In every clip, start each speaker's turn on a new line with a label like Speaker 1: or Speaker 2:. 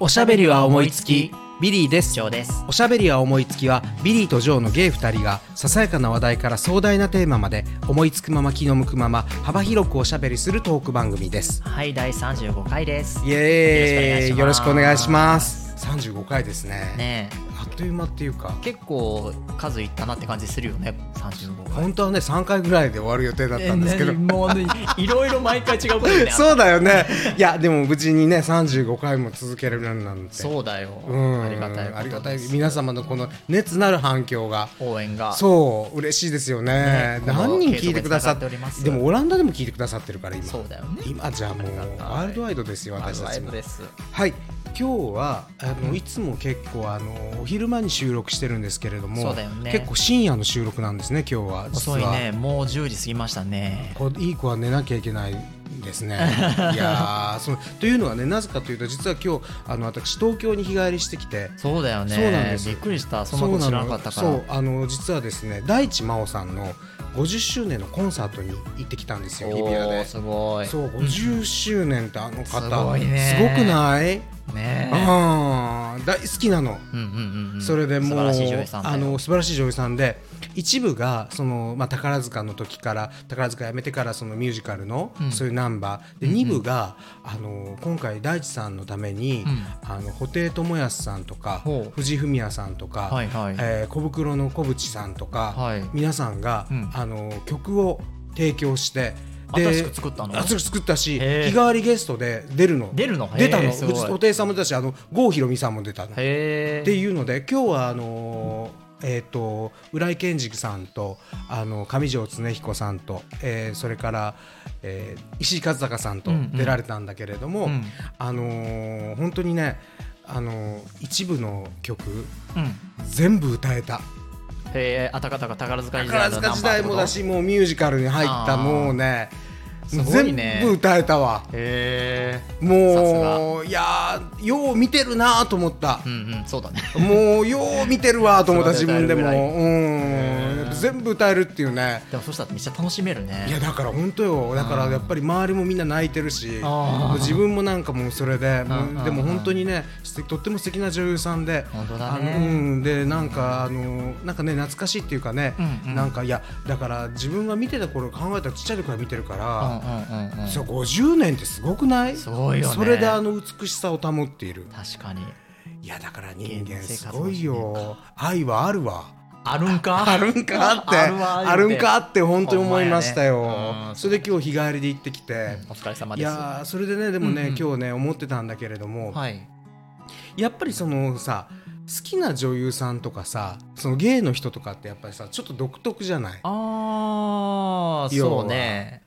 Speaker 1: おしゃべりは思いつきビリーです
Speaker 2: ジョーです
Speaker 1: おしゃべりは思いつきはビリーとジョーのゲイ2人がささやかな話題から壮大なテーマまで思いつくまま気の向くまま幅広くおしゃべりするトーク番組です
Speaker 2: はい第35回です
Speaker 1: イエーイよ
Speaker 2: よ
Speaker 1: ろ
Speaker 2: ろ
Speaker 1: し
Speaker 2: し
Speaker 1: く
Speaker 2: く
Speaker 1: お
Speaker 2: お
Speaker 1: 願
Speaker 2: 願
Speaker 1: い
Speaker 2: い
Speaker 1: し
Speaker 2: し
Speaker 1: ま
Speaker 2: ますす
Speaker 1: 35回ですね
Speaker 2: ね
Speaker 1: あっという間っていうか
Speaker 2: え結構数いったなって感じするよね35回
Speaker 1: 本当はね3回ぐらいで終わる予定だったんですけど
Speaker 2: え何もうねいろいろ毎回違うことだよね
Speaker 1: そうだよねいやでも無事にね35回も続けるなんて
Speaker 2: そうだよ、
Speaker 1: うん
Speaker 2: ありがたいことです
Speaker 1: ありがたい皆様のこの熱なる反響が
Speaker 2: 応援が
Speaker 1: そう嬉しいですよね
Speaker 2: ね
Speaker 1: 何人聞いてくださっ
Speaker 2: 継続につながっております
Speaker 1: でもオランダでも聞いてくださってるから今
Speaker 2: そうだよね
Speaker 1: 今じゃあもう
Speaker 2: ありがたい
Speaker 1: ワールドワイドですよ
Speaker 2: ワー
Speaker 1: 私
Speaker 2: ルド
Speaker 1: た
Speaker 2: ワ
Speaker 1: ち
Speaker 2: イド
Speaker 1: も
Speaker 2: です
Speaker 1: はい今日はあのいつも結構あのお昼間に収録してるんですけれども
Speaker 2: そうだよね
Speaker 1: 結構深夜の収録なんですね今日は実は
Speaker 2: 遅いねもう10時過ぎましたね
Speaker 1: こういい子は寝なきゃいけないです ね。いやーそのというのはねなぜかというと実は今日あの私東京に日帰りしてきて。
Speaker 2: そうだよね
Speaker 1: そうなんです
Speaker 2: びっくりしたそんなこと知らなかったか
Speaker 1: そう
Speaker 2: ら
Speaker 1: なのそうあの実はですね大地真央さんの50周年のコンサートに行ってきたんですよ日比
Speaker 2: お
Speaker 1: 谷
Speaker 2: ー
Speaker 1: で。
Speaker 2: すごい
Speaker 1: そう50周年ってあの方、
Speaker 2: すごいね
Speaker 1: すごくない？
Speaker 2: ねえ
Speaker 1: あー大好きなの。
Speaker 2: うんうんうんうん
Speaker 1: それでもう
Speaker 2: 素晴らしい女優さんだよ
Speaker 1: あの素晴らしい女優さんで一部がその、まあ、宝塚の時から宝塚辞めてからそのミュージカルの、
Speaker 2: うん
Speaker 1: そういうナンバーで、
Speaker 2: うんうん
Speaker 1: 二部があの今回大地さんのために、
Speaker 2: う
Speaker 1: あの布袋寅泰さんとか
Speaker 2: ほう
Speaker 1: 藤井フミヤさんとか、
Speaker 2: はいはい
Speaker 1: えー小袋の小渕さんとか、
Speaker 2: はい
Speaker 1: 皆さんが、
Speaker 2: うん
Speaker 1: あの曲を提供して。で
Speaker 2: 新しく作ったの
Speaker 1: 新しく作ったし日
Speaker 2: へー
Speaker 1: 替わりゲストで出るの
Speaker 2: 出るの
Speaker 1: 出た
Speaker 2: へ
Speaker 1: の
Speaker 2: ーすごい
Speaker 1: うち布袋さんも出たしあの郷ひろみさんも出たの
Speaker 2: へえ
Speaker 1: っていうので今日はあのーえっ、と浦井健二さんとあの上条恒彦さんと、えーそれから、えー石井和孝さんと
Speaker 2: うんうん
Speaker 1: 出られたんだけれども、
Speaker 2: うん
Speaker 1: あのー本当にねあのー一部の曲
Speaker 2: うん
Speaker 1: 全部歌えた
Speaker 2: へえあたかたか宝塚時代
Speaker 1: 宝
Speaker 2: の
Speaker 1: 塚時代もだしもうミュージカルに入った
Speaker 2: あー
Speaker 1: もうねもう
Speaker 2: すごいね
Speaker 1: 全部歌えたわ
Speaker 2: へえ
Speaker 1: もういやーよう見てるなと思った
Speaker 2: う。んうんそうだね
Speaker 1: もうよう見てるわと思った自分でも、
Speaker 2: それで
Speaker 1: うん、やっぱ全部歌えるっていうね。
Speaker 2: でもそしたらめっちゃ楽しめるね
Speaker 1: いやだから本当よだからやっぱり周りもみんな泣いてるし
Speaker 2: あー
Speaker 1: 自分もなんかもうそれでもう
Speaker 2: うん
Speaker 1: でも本当にね素敵とっても素敵な女優さんで
Speaker 2: 本当だ
Speaker 1: あ
Speaker 2: ね
Speaker 1: のうんでなんかあのなんかね懐かしいっていうかね
Speaker 2: うんうん
Speaker 1: なんかいやだから自分が見てた頃考えたらちっちゃい時から見てるか
Speaker 2: うん
Speaker 1: ら
Speaker 2: うんうんうん
Speaker 1: そう50年ってすごくない
Speaker 2: すごいよね
Speaker 1: それであの美しさを保っている
Speaker 2: 確かに
Speaker 1: いやだから人間
Speaker 2: 現
Speaker 1: す
Speaker 2: 実生活
Speaker 1: ご
Speaker 2: の
Speaker 1: い
Speaker 2: 一面
Speaker 1: よ愛はあるわ
Speaker 2: あるん か
Speaker 1: あるんかって
Speaker 2: あるわ
Speaker 1: あるんかって本当に思いましたよ、
Speaker 2: ほんまやねうん
Speaker 1: それで今日日帰りで行ってきて、
Speaker 2: お疲れ様
Speaker 1: い
Speaker 2: です
Speaker 1: やーそれでねでもね、
Speaker 2: うんうん
Speaker 1: 今日ね思ってたんだけれども、
Speaker 2: はい
Speaker 1: やっぱりそのさ好きな女優さんとかさその芸の人とかってやっぱりさちょっと独特じゃない
Speaker 2: あー
Speaker 1: 要は
Speaker 2: そうね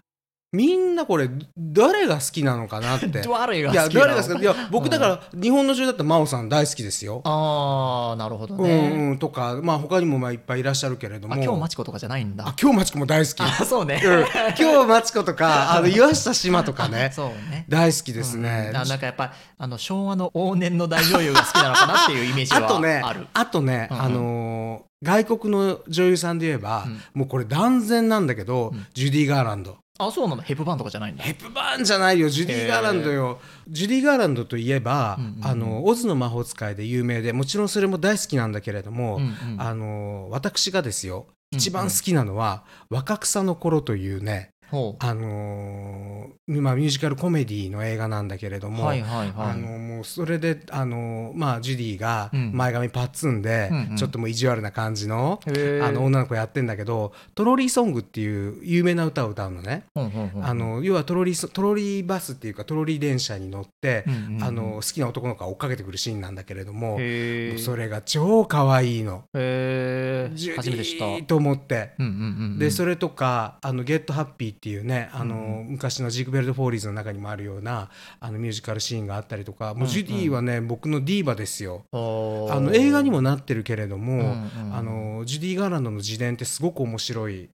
Speaker 1: みんなこれ誰が好きなのかなって
Speaker 2: 誰が好
Speaker 1: い
Speaker 2: きな
Speaker 1: や
Speaker 2: の
Speaker 1: 誰が好きいや僕だから日本の女優だったら真央さん大好きですよ。
Speaker 2: あーなるほど
Speaker 1: う
Speaker 2: ね
Speaker 1: んうん、とか、まあ、他にもまあいっぱいいらっしゃるけれども
Speaker 2: あ今日マチコとかじゃないんだ
Speaker 1: あ今日マチコも大好き。
Speaker 2: あそうね
Speaker 1: うん今日マチコとかあの岩下志麻とかね
Speaker 2: そうね
Speaker 1: 大好きですね
Speaker 2: うん。あなんかやっぱあの昭和の往年の大女優が好きなのかなっていうイメージ
Speaker 1: あとね
Speaker 2: はある。
Speaker 1: あとね、
Speaker 2: うんうん
Speaker 1: あのー外国の女優さんで言えば、
Speaker 2: うん
Speaker 1: もうこれ断然なんだけど、
Speaker 2: うん
Speaker 1: ジュディ・ガーランド
Speaker 2: あそうなのヘプバーンとかじゃないんだ。
Speaker 1: ヘップバーンじゃないよジュディ・ガーランドよ、ジュディ・ガーランドといえば、
Speaker 2: うんうんうん
Speaker 1: あのオズの魔法使いで有名でもちろんそれも大好きなんだけれども、
Speaker 2: うんうん
Speaker 1: あのー私がですよ一番
Speaker 2: うん
Speaker 1: 好
Speaker 2: うん
Speaker 1: きなのは「若草の頃」というね、
Speaker 2: ほ
Speaker 1: あのーまあ、ミュージカルコメディの映画なんだけれど
Speaker 2: う
Speaker 1: も、
Speaker 2: はいはい
Speaker 1: あの
Speaker 2: は
Speaker 1: もうそれで、あのまあ、ジュディが
Speaker 2: うん
Speaker 1: 前髪パッツンで、
Speaker 2: うんうん
Speaker 1: ちょっともう意地悪な感じの,、
Speaker 2: い。へー
Speaker 1: あの女の子やってんだけど「トロリーソング」っていう有名な歌を歌うのね、
Speaker 2: ほうほうほう
Speaker 1: あの要はトロリーソトロリーバスっていうかトロリー電車に乗って、
Speaker 2: うんうんうん
Speaker 1: あの好きな男の子が追っかけてくるシーンなんだけれども、
Speaker 2: へー
Speaker 1: それが超可愛いの。
Speaker 2: へ
Speaker 1: ジ
Speaker 2: ー
Speaker 1: ュ
Speaker 2: 初
Speaker 1: デ
Speaker 2: めて知った。
Speaker 1: ィと思って。
Speaker 2: うんうんうんうん
Speaker 1: でそれとか「あのゲットハッピー」っていうねあの、昔のジークベルト・フォーリーズの中にもあるようなあのミュージカルシーンがあったりとかもうジュディはね、僕のディーバですよ
Speaker 2: おー
Speaker 1: あの映画にもなってるけれども、
Speaker 2: うんうん
Speaker 1: あのジュディ・ガーランドの自伝ってすごく面白い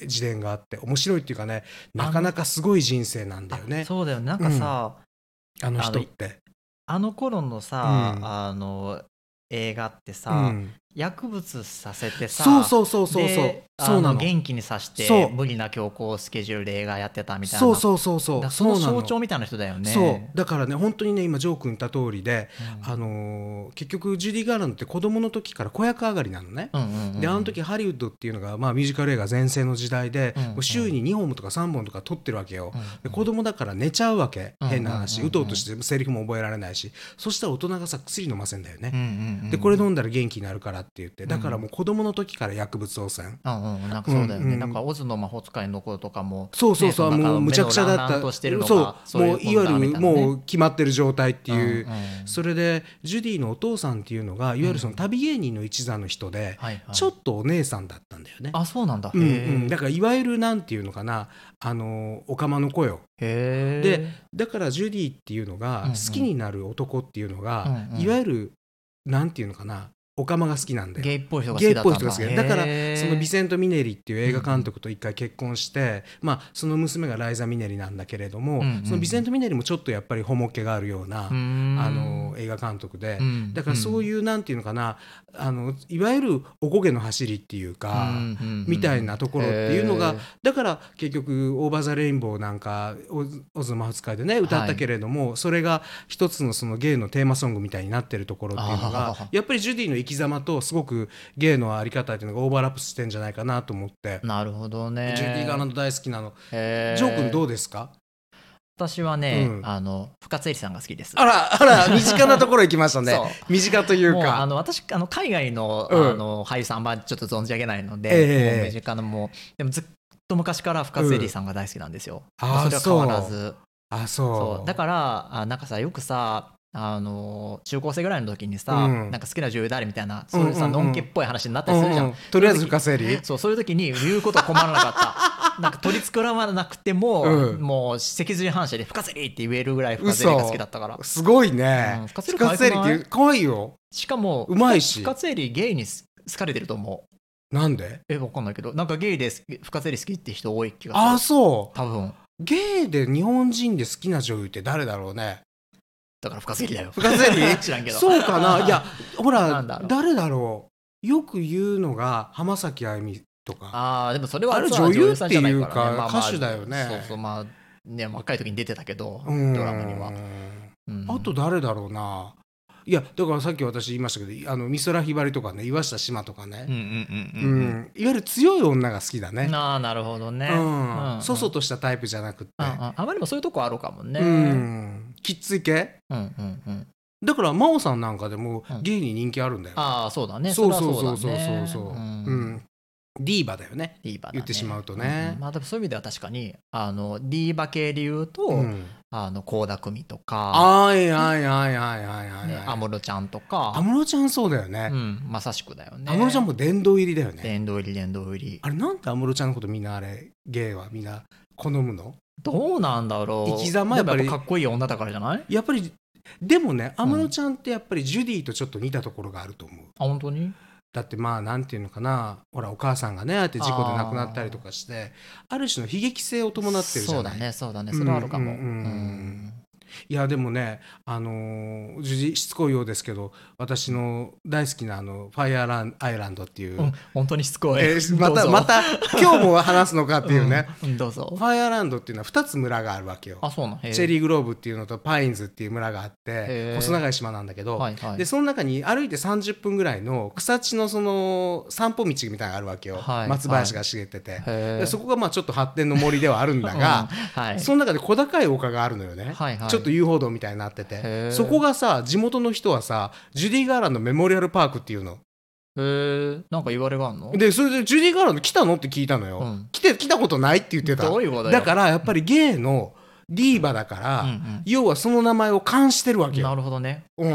Speaker 1: 自伝があって面白いっていうかねなかなかすごい人生なんだよね
Speaker 2: そうだよねなんかさ
Speaker 1: あの人って。
Speaker 2: あの頃のさ
Speaker 1: うん
Speaker 2: あの映画って
Speaker 1: う
Speaker 2: さ
Speaker 1: ん
Speaker 2: 薬物させてさ
Speaker 1: そうそうそうそうそう
Speaker 2: であ
Speaker 1: そうな
Speaker 2: の
Speaker 1: の
Speaker 2: 元気にさし
Speaker 1: そ
Speaker 2: て
Speaker 1: う
Speaker 2: 無理な強行スケジュールで映画やってたみたいな
Speaker 1: そうそうそうそ
Speaker 2: だから
Speaker 1: う
Speaker 2: そうの
Speaker 1: な
Speaker 2: 象徴みたいな人だよね
Speaker 1: そうだからね本当にね今ジョー君言った通りで、
Speaker 2: うん
Speaker 1: あのー結局ジュディ・ガーランドって子供の時から子役上がりなのね、
Speaker 2: うんうんうん
Speaker 1: であの時ハリウッドっていうのが、まあ、ミュージカル映画全盛の時代で、
Speaker 2: うんうん
Speaker 1: もう週に2本とか3本とか撮ってるわけよ、
Speaker 2: うんうん
Speaker 1: で子供だから寝ちゃうわけ、
Speaker 2: うん
Speaker 1: 変な話、
Speaker 2: うんうんうん
Speaker 1: うとうとしてセリフも覚えられないしそしたら大人がさ薬飲ませんだよね、
Speaker 2: うんうんうん
Speaker 1: でこれ飲んだら元気になるからって言ってだからもう子供の時から薬物汚染、
Speaker 2: うんうん、なんかそうだよね、
Speaker 1: うんうん
Speaker 2: なんかオズの魔法使いの子とかも
Speaker 1: そうそうそう、
Speaker 2: ね
Speaker 1: もう
Speaker 2: なんか
Speaker 1: むちゃくちゃだ
Speaker 2: 目
Speaker 1: っ
Speaker 2: の乱々
Speaker 1: た
Speaker 2: としてるの
Speaker 1: そう
Speaker 2: がそう
Speaker 1: もうい
Speaker 2: いうもん
Speaker 1: わ
Speaker 2: だみ
Speaker 1: ゆ
Speaker 2: た
Speaker 1: る
Speaker 2: いなね
Speaker 1: もう決まってる状態っていう、
Speaker 2: うんうん
Speaker 1: それでジュディのお父さんっていうのがいわゆるその旅芸人の一座の人で、
Speaker 2: はいはい、
Speaker 1: ちょっとお姉さんだったんだよね。
Speaker 2: あそうなんだ、
Speaker 1: うんう
Speaker 2: へー
Speaker 1: ん、だからいわゆるなんていうのかなあのお釜の子よ
Speaker 2: へ
Speaker 1: でだからジュディっていうのが
Speaker 2: うんうん
Speaker 1: 好きになる男っていうのが、
Speaker 2: うんうん
Speaker 1: いわゆるなんていうのかなお釜が好きなんだ
Speaker 2: ー
Speaker 1: よ
Speaker 2: ゲイっぽい人が好
Speaker 1: ゲイ
Speaker 2: き
Speaker 1: っ
Speaker 2: だった
Speaker 1: ぽい
Speaker 2: んだ
Speaker 1: 人が好きだだから
Speaker 2: へー
Speaker 1: そのビセント・ミネリっていう映画監督と一回結婚して、まあ、その娘がライザ・ミネリなんだけれども、
Speaker 2: うんうん
Speaker 1: そのビセント・ミネリもちょっとやっぱりホモっ気があるような、
Speaker 2: うーん
Speaker 1: あの映画監督で、
Speaker 2: うん
Speaker 1: だからそういうなんていうのかなあのいわゆるおこげの走りっていうか。
Speaker 2: うんうんうん
Speaker 1: みたいなところっていうのが、
Speaker 2: へー
Speaker 1: だから結局「オーバー・ザ・レインボー」なんか「オズオズの魔法使い」でね歌ったけれども、それが一つのそのゲイのテーマソングみたいになってるところっていうの
Speaker 2: あ
Speaker 1: が
Speaker 2: ー
Speaker 1: やっぱりジュディの生き様とすごくゲイのあり方っていうのがオーバーラップしてんじゃないかなと思って、
Speaker 2: なるほどね
Speaker 1: ジュディ・ガーランド大好きなの、
Speaker 2: へー
Speaker 1: ジョー君どうですか
Speaker 2: 私はね、
Speaker 1: うん
Speaker 2: あの深津絵里さんが好きです
Speaker 1: あらあら身近なところ行きま したね
Speaker 2: そう
Speaker 1: 身近という
Speaker 2: もうあ
Speaker 1: か
Speaker 2: の私あの海外の,、
Speaker 1: うん
Speaker 2: あの俳優さんはちょっと存じ上げないので、
Speaker 1: ええ
Speaker 2: もう身近なもうでもずっと昔から深津絵里さんが大好きなんですよ、
Speaker 1: うんあー
Speaker 2: それは変わらず
Speaker 1: あ
Speaker 2: そう
Speaker 1: そう
Speaker 2: だからあなんかさよくさあの中高生ぐらいの時にさ、
Speaker 1: うん
Speaker 2: なんか好きな女優誰みたいなそういうさ、
Speaker 1: うんうんうん
Speaker 2: のんけっぽい話になったりするじゃん、
Speaker 1: うんうんとりあえず深瀬絵里
Speaker 2: そうそういう時に言うこと困らなかった なんか取り繕わなくても、
Speaker 1: うん
Speaker 2: もう脊髄反射で「深瀬里!」って言えるぐらい深瀬里が好きだったから
Speaker 1: すごいうね
Speaker 2: ん深瀬絵里
Speaker 1: 深瀬絵里っていう可愛いよ
Speaker 2: しかも
Speaker 1: うまいし
Speaker 2: 深津絵里ゲイに好かれてると思う
Speaker 1: なんで
Speaker 2: えわかんないけどなんかゲイです深津絵里好きって人多い気
Speaker 1: あ
Speaker 2: が
Speaker 1: あ
Speaker 2: する
Speaker 1: そう
Speaker 2: 多分
Speaker 1: ゲイで日本人で好きな女優って誰だろうね
Speaker 2: だから深津絵里だよ
Speaker 1: 深津絵 里
Speaker 2: 知らんけど
Speaker 1: そうかないやほ
Speaker 2: な
Speaker 1: ら
Speaker 2: んだろう
Speaker 1: 誰だろうよく言うのが浜崎あゆみとか
Speaker 2: ああでもそれは
Speaker 1: あれ
Speaker 2: 実は
Speaker 1: 女優
Speaker 2: さんじゃない
Speaker 1: っていう
Speaker 2: ら
Speaker 1: か
Speaker 2: ねまあまあ
Speaker 1: 歌手だよね
Speaker 2: そうそうまあね若い時に出てたけど
Speaker 1: う
Speaker 2: ド
Speaker 1: ん
Speaker 2: ラマには、うん
Speaker 1: あと誰だろうないやだからさっき私言いましたけどあの美空ひばりとかね岩下志麻とか
Speaker 2: うんう
Speaker 1: ね、
Speaker 2: ん
Speaker 1: うん
Speaker 2: うんうん
Speaker 1: いわゆる強い女が好きだね
Speaker 2: ああなるほどね
Speaker 1: うんそそ
Speaker 2: と
Speaker 1: としたタイプじゃなくって、
Speaker 2: あまりにもそういうとこあるかもね
Speaker 1: うんきっつい系
Speaker 2: うんうんうん
Speaker 1: だから真央さんなんかでも
Speaker 2: うん
Speaker 1: ゲイに人気あるんだよ、
Speaker 2: ああそうだね
Speaker 1: そう
Speaker 2: れは
Speaker 1: そうそうそ
Speaker 2: だ
Speaker 1: うそう
Speaker 2: ね
Speaker 1: そう、
Speaker 2: う
Speaker 1: うん
Speaker 2: ん
Speaker 1: ディーバだよね
Speaker 2: ディーバだね
Speaker 1: 言ってしまうとね
Speaker 2: んまあ、でもそういう意味では確かにあのディーバ系で言うと、
Speaker 1: うん
Speaker 2: あの倖田來未とか
Speaker 1: はいはいはいはいはいはい
Speaker 2: ね安
Speaker 1: はい
Speaker 2: 室、ちゃんとか
Speaker 1: 安室ちゃんそうだよ
Speaker 2: う
Speaker 1: ね
Speaker 2: ん、まさしくだよね
Speaker 1: 安室、ちゃんも殿堂入りだよね
Speaker 2: 殿堂入り殿堂入り
Speaker 1: あれなんで安室ちゃんのことみんなあれゲイはみんな好むの
Speaker 2: どうなんだろう
Speaker 1: 生き様やっぱり
Speaker 2: でもかっこいい女だからじゃない
Speaker 1: やっぱりでもね
Speaker 2: ん
Speaker 1: 安室ちゃんってやっぱりジュディとちょっと似たところがあると思う
Speaker 2: あ本当に
Speaker 1: だってまあなんていうのかなほらお母さんがねああやって事故で亡くなったりとかしてある種の悲劇性を伴ってるじ
Speaker 2: そ
Speaker 1: ゃ
Speaker 2: うだ
Speaker 1: ない、
Speaker 2: ねそうだねそれはあるかも
Speaker 1: う
Speaker 2: うんん、
Speaker 1: うんうんいやでもねあのーじじしつこいようですけど私の大好きなあの「ファイアーランアイランド」っていう、
Speaker 2: うん本当にしつこい、
Speaker 1: えーまたま た今日も話すのかっていうね、
Speaker 2: うん、どうぞ
Speaker 1: ファイアーランドっていうのは2つ村があるわけよ
Speaker 2: あそうなんチ
Speaker 1: チェ
Speaker 2: ー
Speaker 1: リーグローブっていうのとパインズっていう村があって
Speaker 2: へー
Speaker 1: 細長い島なんだけど、
Speaker 2: はいはい
Speaker 1: でその中に歩いて30分ぐらいの草地のその散歩道みたいなのがあるわけよ、
Speaker 2: はい
Speaker 1: 松林が茂ってて、
Speaker 2: へ
Speaker 1: でそこがまあちょっと発展の森ではあるんだが、
Speaker 2: うんはい
Speaker 1: その中で小高い丘があるのよね、
Speaker 2: はいはい
Speaker 1: ちょっと遊歩道みたいになってて
Speaker 2: ー
Speaker 1: そこがさ地元の人はさジュディ・ガーランドメモリアルパークっていうの
Speaker 2: へえなんか言われがあんの
Speaker 1: でそれでジュディ・ガーランド来たのって聞いたのよ、
Speaker 2: うん
Speaker 1: 来て来たことないって言ってた
Speaker 2: どういうことよ
Speaker 1: だからやっぱりゲイのディーバだから、
Speaker 2: うんうん
Speaker 1: 要はその名前を冠してるわけよ
Speaker 2: な、るほどね
Speaker 1: うん、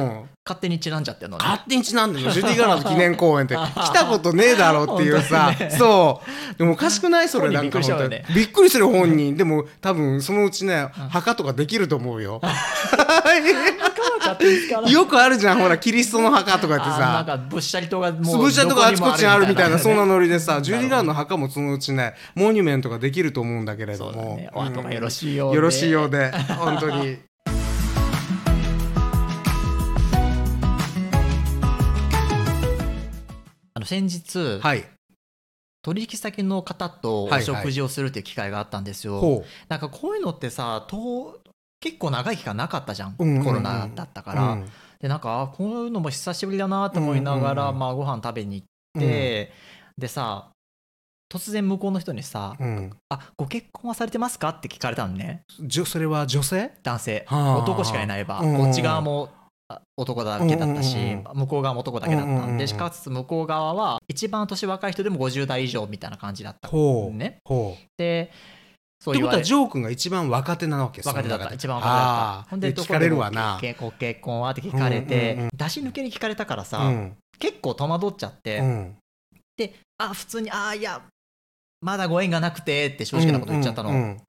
Speaker 2: 勝手にちなんじゃってんのね
Speaker 1: 勝手にちなんでるのジュディ・ガーランド記念公園って来たことねえだろっていうさ、
Speaker 2: 本当にね
Speaker 1: そうでもおかしくないそれなんか
Speaker 2: 本人びっくりしちゃうよ
Speaker 1: 本
Speaker 2: ね
Speaker 1: 当にびっくりする本人でも多分そのうちね墓とかできると思うよ
Speaker 2: 勝手に使わない
Speaker 1: よくあるじゃんほらキリストの墓とかって
Speaker 2: あー
Speaker 1: さ
Speaker 2: なんかぶっしゃりとがもう
Speaker 1: 潰しちゃんとかあちこちにあるみたいなそんな
Speaker 2: の
Speaker 1: ノリでさジュディ・ガーランドの
Speaker 2: の
Speaker 1: 墓もそのうちねモニュメントができると思うんだけれど
Speaker 2: そうだ
Speaker 1: も
Speaker 2: ねお後がよろ
Speaker 1: い
Speaker 2: しいようで
Speaker 1: よろしいようで本当 に
Speaker 2: の先日、
Speaker 1: はい
Speaker 2: 取引先の方と
Speaker 1: は
Speaker 2: お
Speaker 1: い
Speaker 2: 食事をするっていう機会があったんですよ。
Speaker 1: ほ
Speaker 2: なんかこういうのってさと結構長い期間なかったじゃん、
Speaker 1: うんうんうん
Speaker 2: コロナだった
Speaker 1: う
Speaker 2: から。
Speaker 1: うん
Speaker 2: でなんかあこういうのも久しぶりだなと思いながら、
Speaker 1: うんうんうん
Speaker 2: まあ、ご飯食べに行って、でさ突然向こうの人にさ「
Speaker 1: うん
Speaker 2: あご結婚はされてますか?」って聞かれたのね
Speaker 1: じょそれは女性
Speaker 2: 男性
Speaker 1: はあ
Speaker 2: 男しかいない場、
Speaker 1: うんうんうん
Speaker 2: こっち側もあ男だけだったし、
Speaker 1: うんうん
Speaker 2: 向こう側も男だけだった
Speaker 1: うん
Speaker 2: ん
Speaker 1: うんう
Speaker 2: で、
Speaker 1: ん
Speaker 2: しかつ向こう側は一番年若い人でも50代以上みたいな感じだった
Speaker 1: ほう、
Speaker 2: ね
Speaker 1: ほう
Speaker 2: でそ
Speaker 1: っ
Speaker 2: う
Speaker 1: て
Speaker 2: 言
Speaker 1: こ
Speaker 2: わ
Speaker 1: と
Speaker 2: れ
Speaker 1: はジョー君が一番若手なわけ
Speaker 2: 若手だった一番若手だった
Speaker 1: ああーで聞かれるわな
Speaker 2: 結婚結婚はって聞かれて、
Speaker 1: うんうんう
Speaker 2: 出し抜けに聞かれたからさ、
Speaker 1: うん
Speaker 2: 結構戸惑っちゃって、
Speaker 1: うん
Speaker 2: あ普通にあーいやまだご縁がなくてって正直なこと言っちゃったの、
Speaker 1: うんうん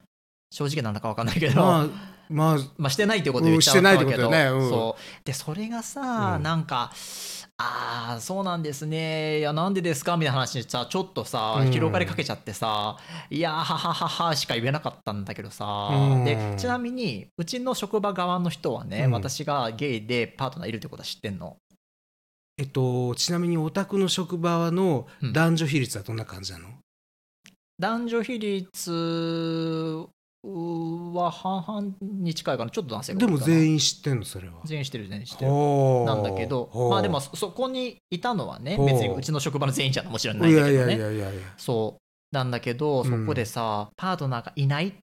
Speaker 2: 正直なんだか分かんないけど、まあ
Speaker 1: まあまあ
Speaker 2: してないってこと言っちゃったんだけど、
Speaker 1: うんしてないってことよねうん
Speaker 2: そうでそれがさ、
Speaker 1: うん
Speaker 2: なんかあーそうなんですねいやなんでですかみたいな話にさちょっとさ
Speaker 1: うん
Speaker 2: 広がりかけちゃってさ、いやーははははしか言えなかったんだけどさ、
Speaker 1: うん
Speaker 2: でちなみにうちの職場側の人はね、
Speaker 1: うん
Speaker 2: 私がゲイでパートナーいるってことは知ってんの
Speaker 1: えっとちなみにお宅の職場の男女比率はどんな感じなの、
Speaker 2: 男女比率は半々に近いかなちょっと男性が
Speaker 1: で
Speaker 2: 多いか
Speaker 1: も
Speaker 2: な
Speaker 1: 全員知ってんのそれは
Speaker 2: 全員してる全員してる
Speaker 1: ほう
Speaker 2: なんだけど
Speaker 1: ほう
Speaker 2: まあでもそそこにいたのはね
Speaker 1: ほう
Speaker 2: 別にうちの職場の全員じゃもちろんない
Speaker 1: い
Speaker 2: んだ
Speaker 1: や
Speaker 2: け
Speaker 1: いやい
Speaker 2: どね
Speaker 1: やいやいや
Speaker 2: そうなんだけど
Speaker 1: う
Speaker 2: そ
Speaker 1: ん
Speaker 2: こでさパートナーがいない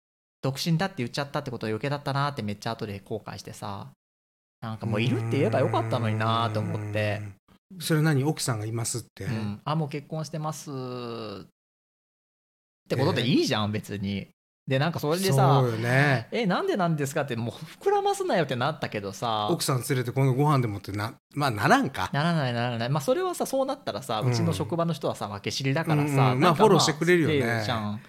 Speaker 2: 独身だって言っちゃったってことは余計だったなってめっちゃ後で後悔してさなんかもういるって言えばよかったのになと思って
Speaker 1: うんそれ何奥さんがいますって、
Speaker 2: うん、あもう結婚してますってことでいいじゃん、別にでなんかそれで
Speaker 1: そ
Speaker 2: さ
Speaker 1: うよね
Speaker 2: えなんでなんですかってもう膨らますなよってなったけどさ
Speaker 1: 奥さん連れて今度ご飯でもってなまあならんか
Speaker 2: ならないならないまあそれはさそうなったらさ
Speaker 1: うん
Speaker 2: うちの職場の人はさ分け知りだから
Speaker 1: うんうんま
Speaker 2: さ、
Speaker 1: あ
Speaker 2: なんか
Speaker 1: フォローしてくれるよね
Speaker 2: 知ってじゃん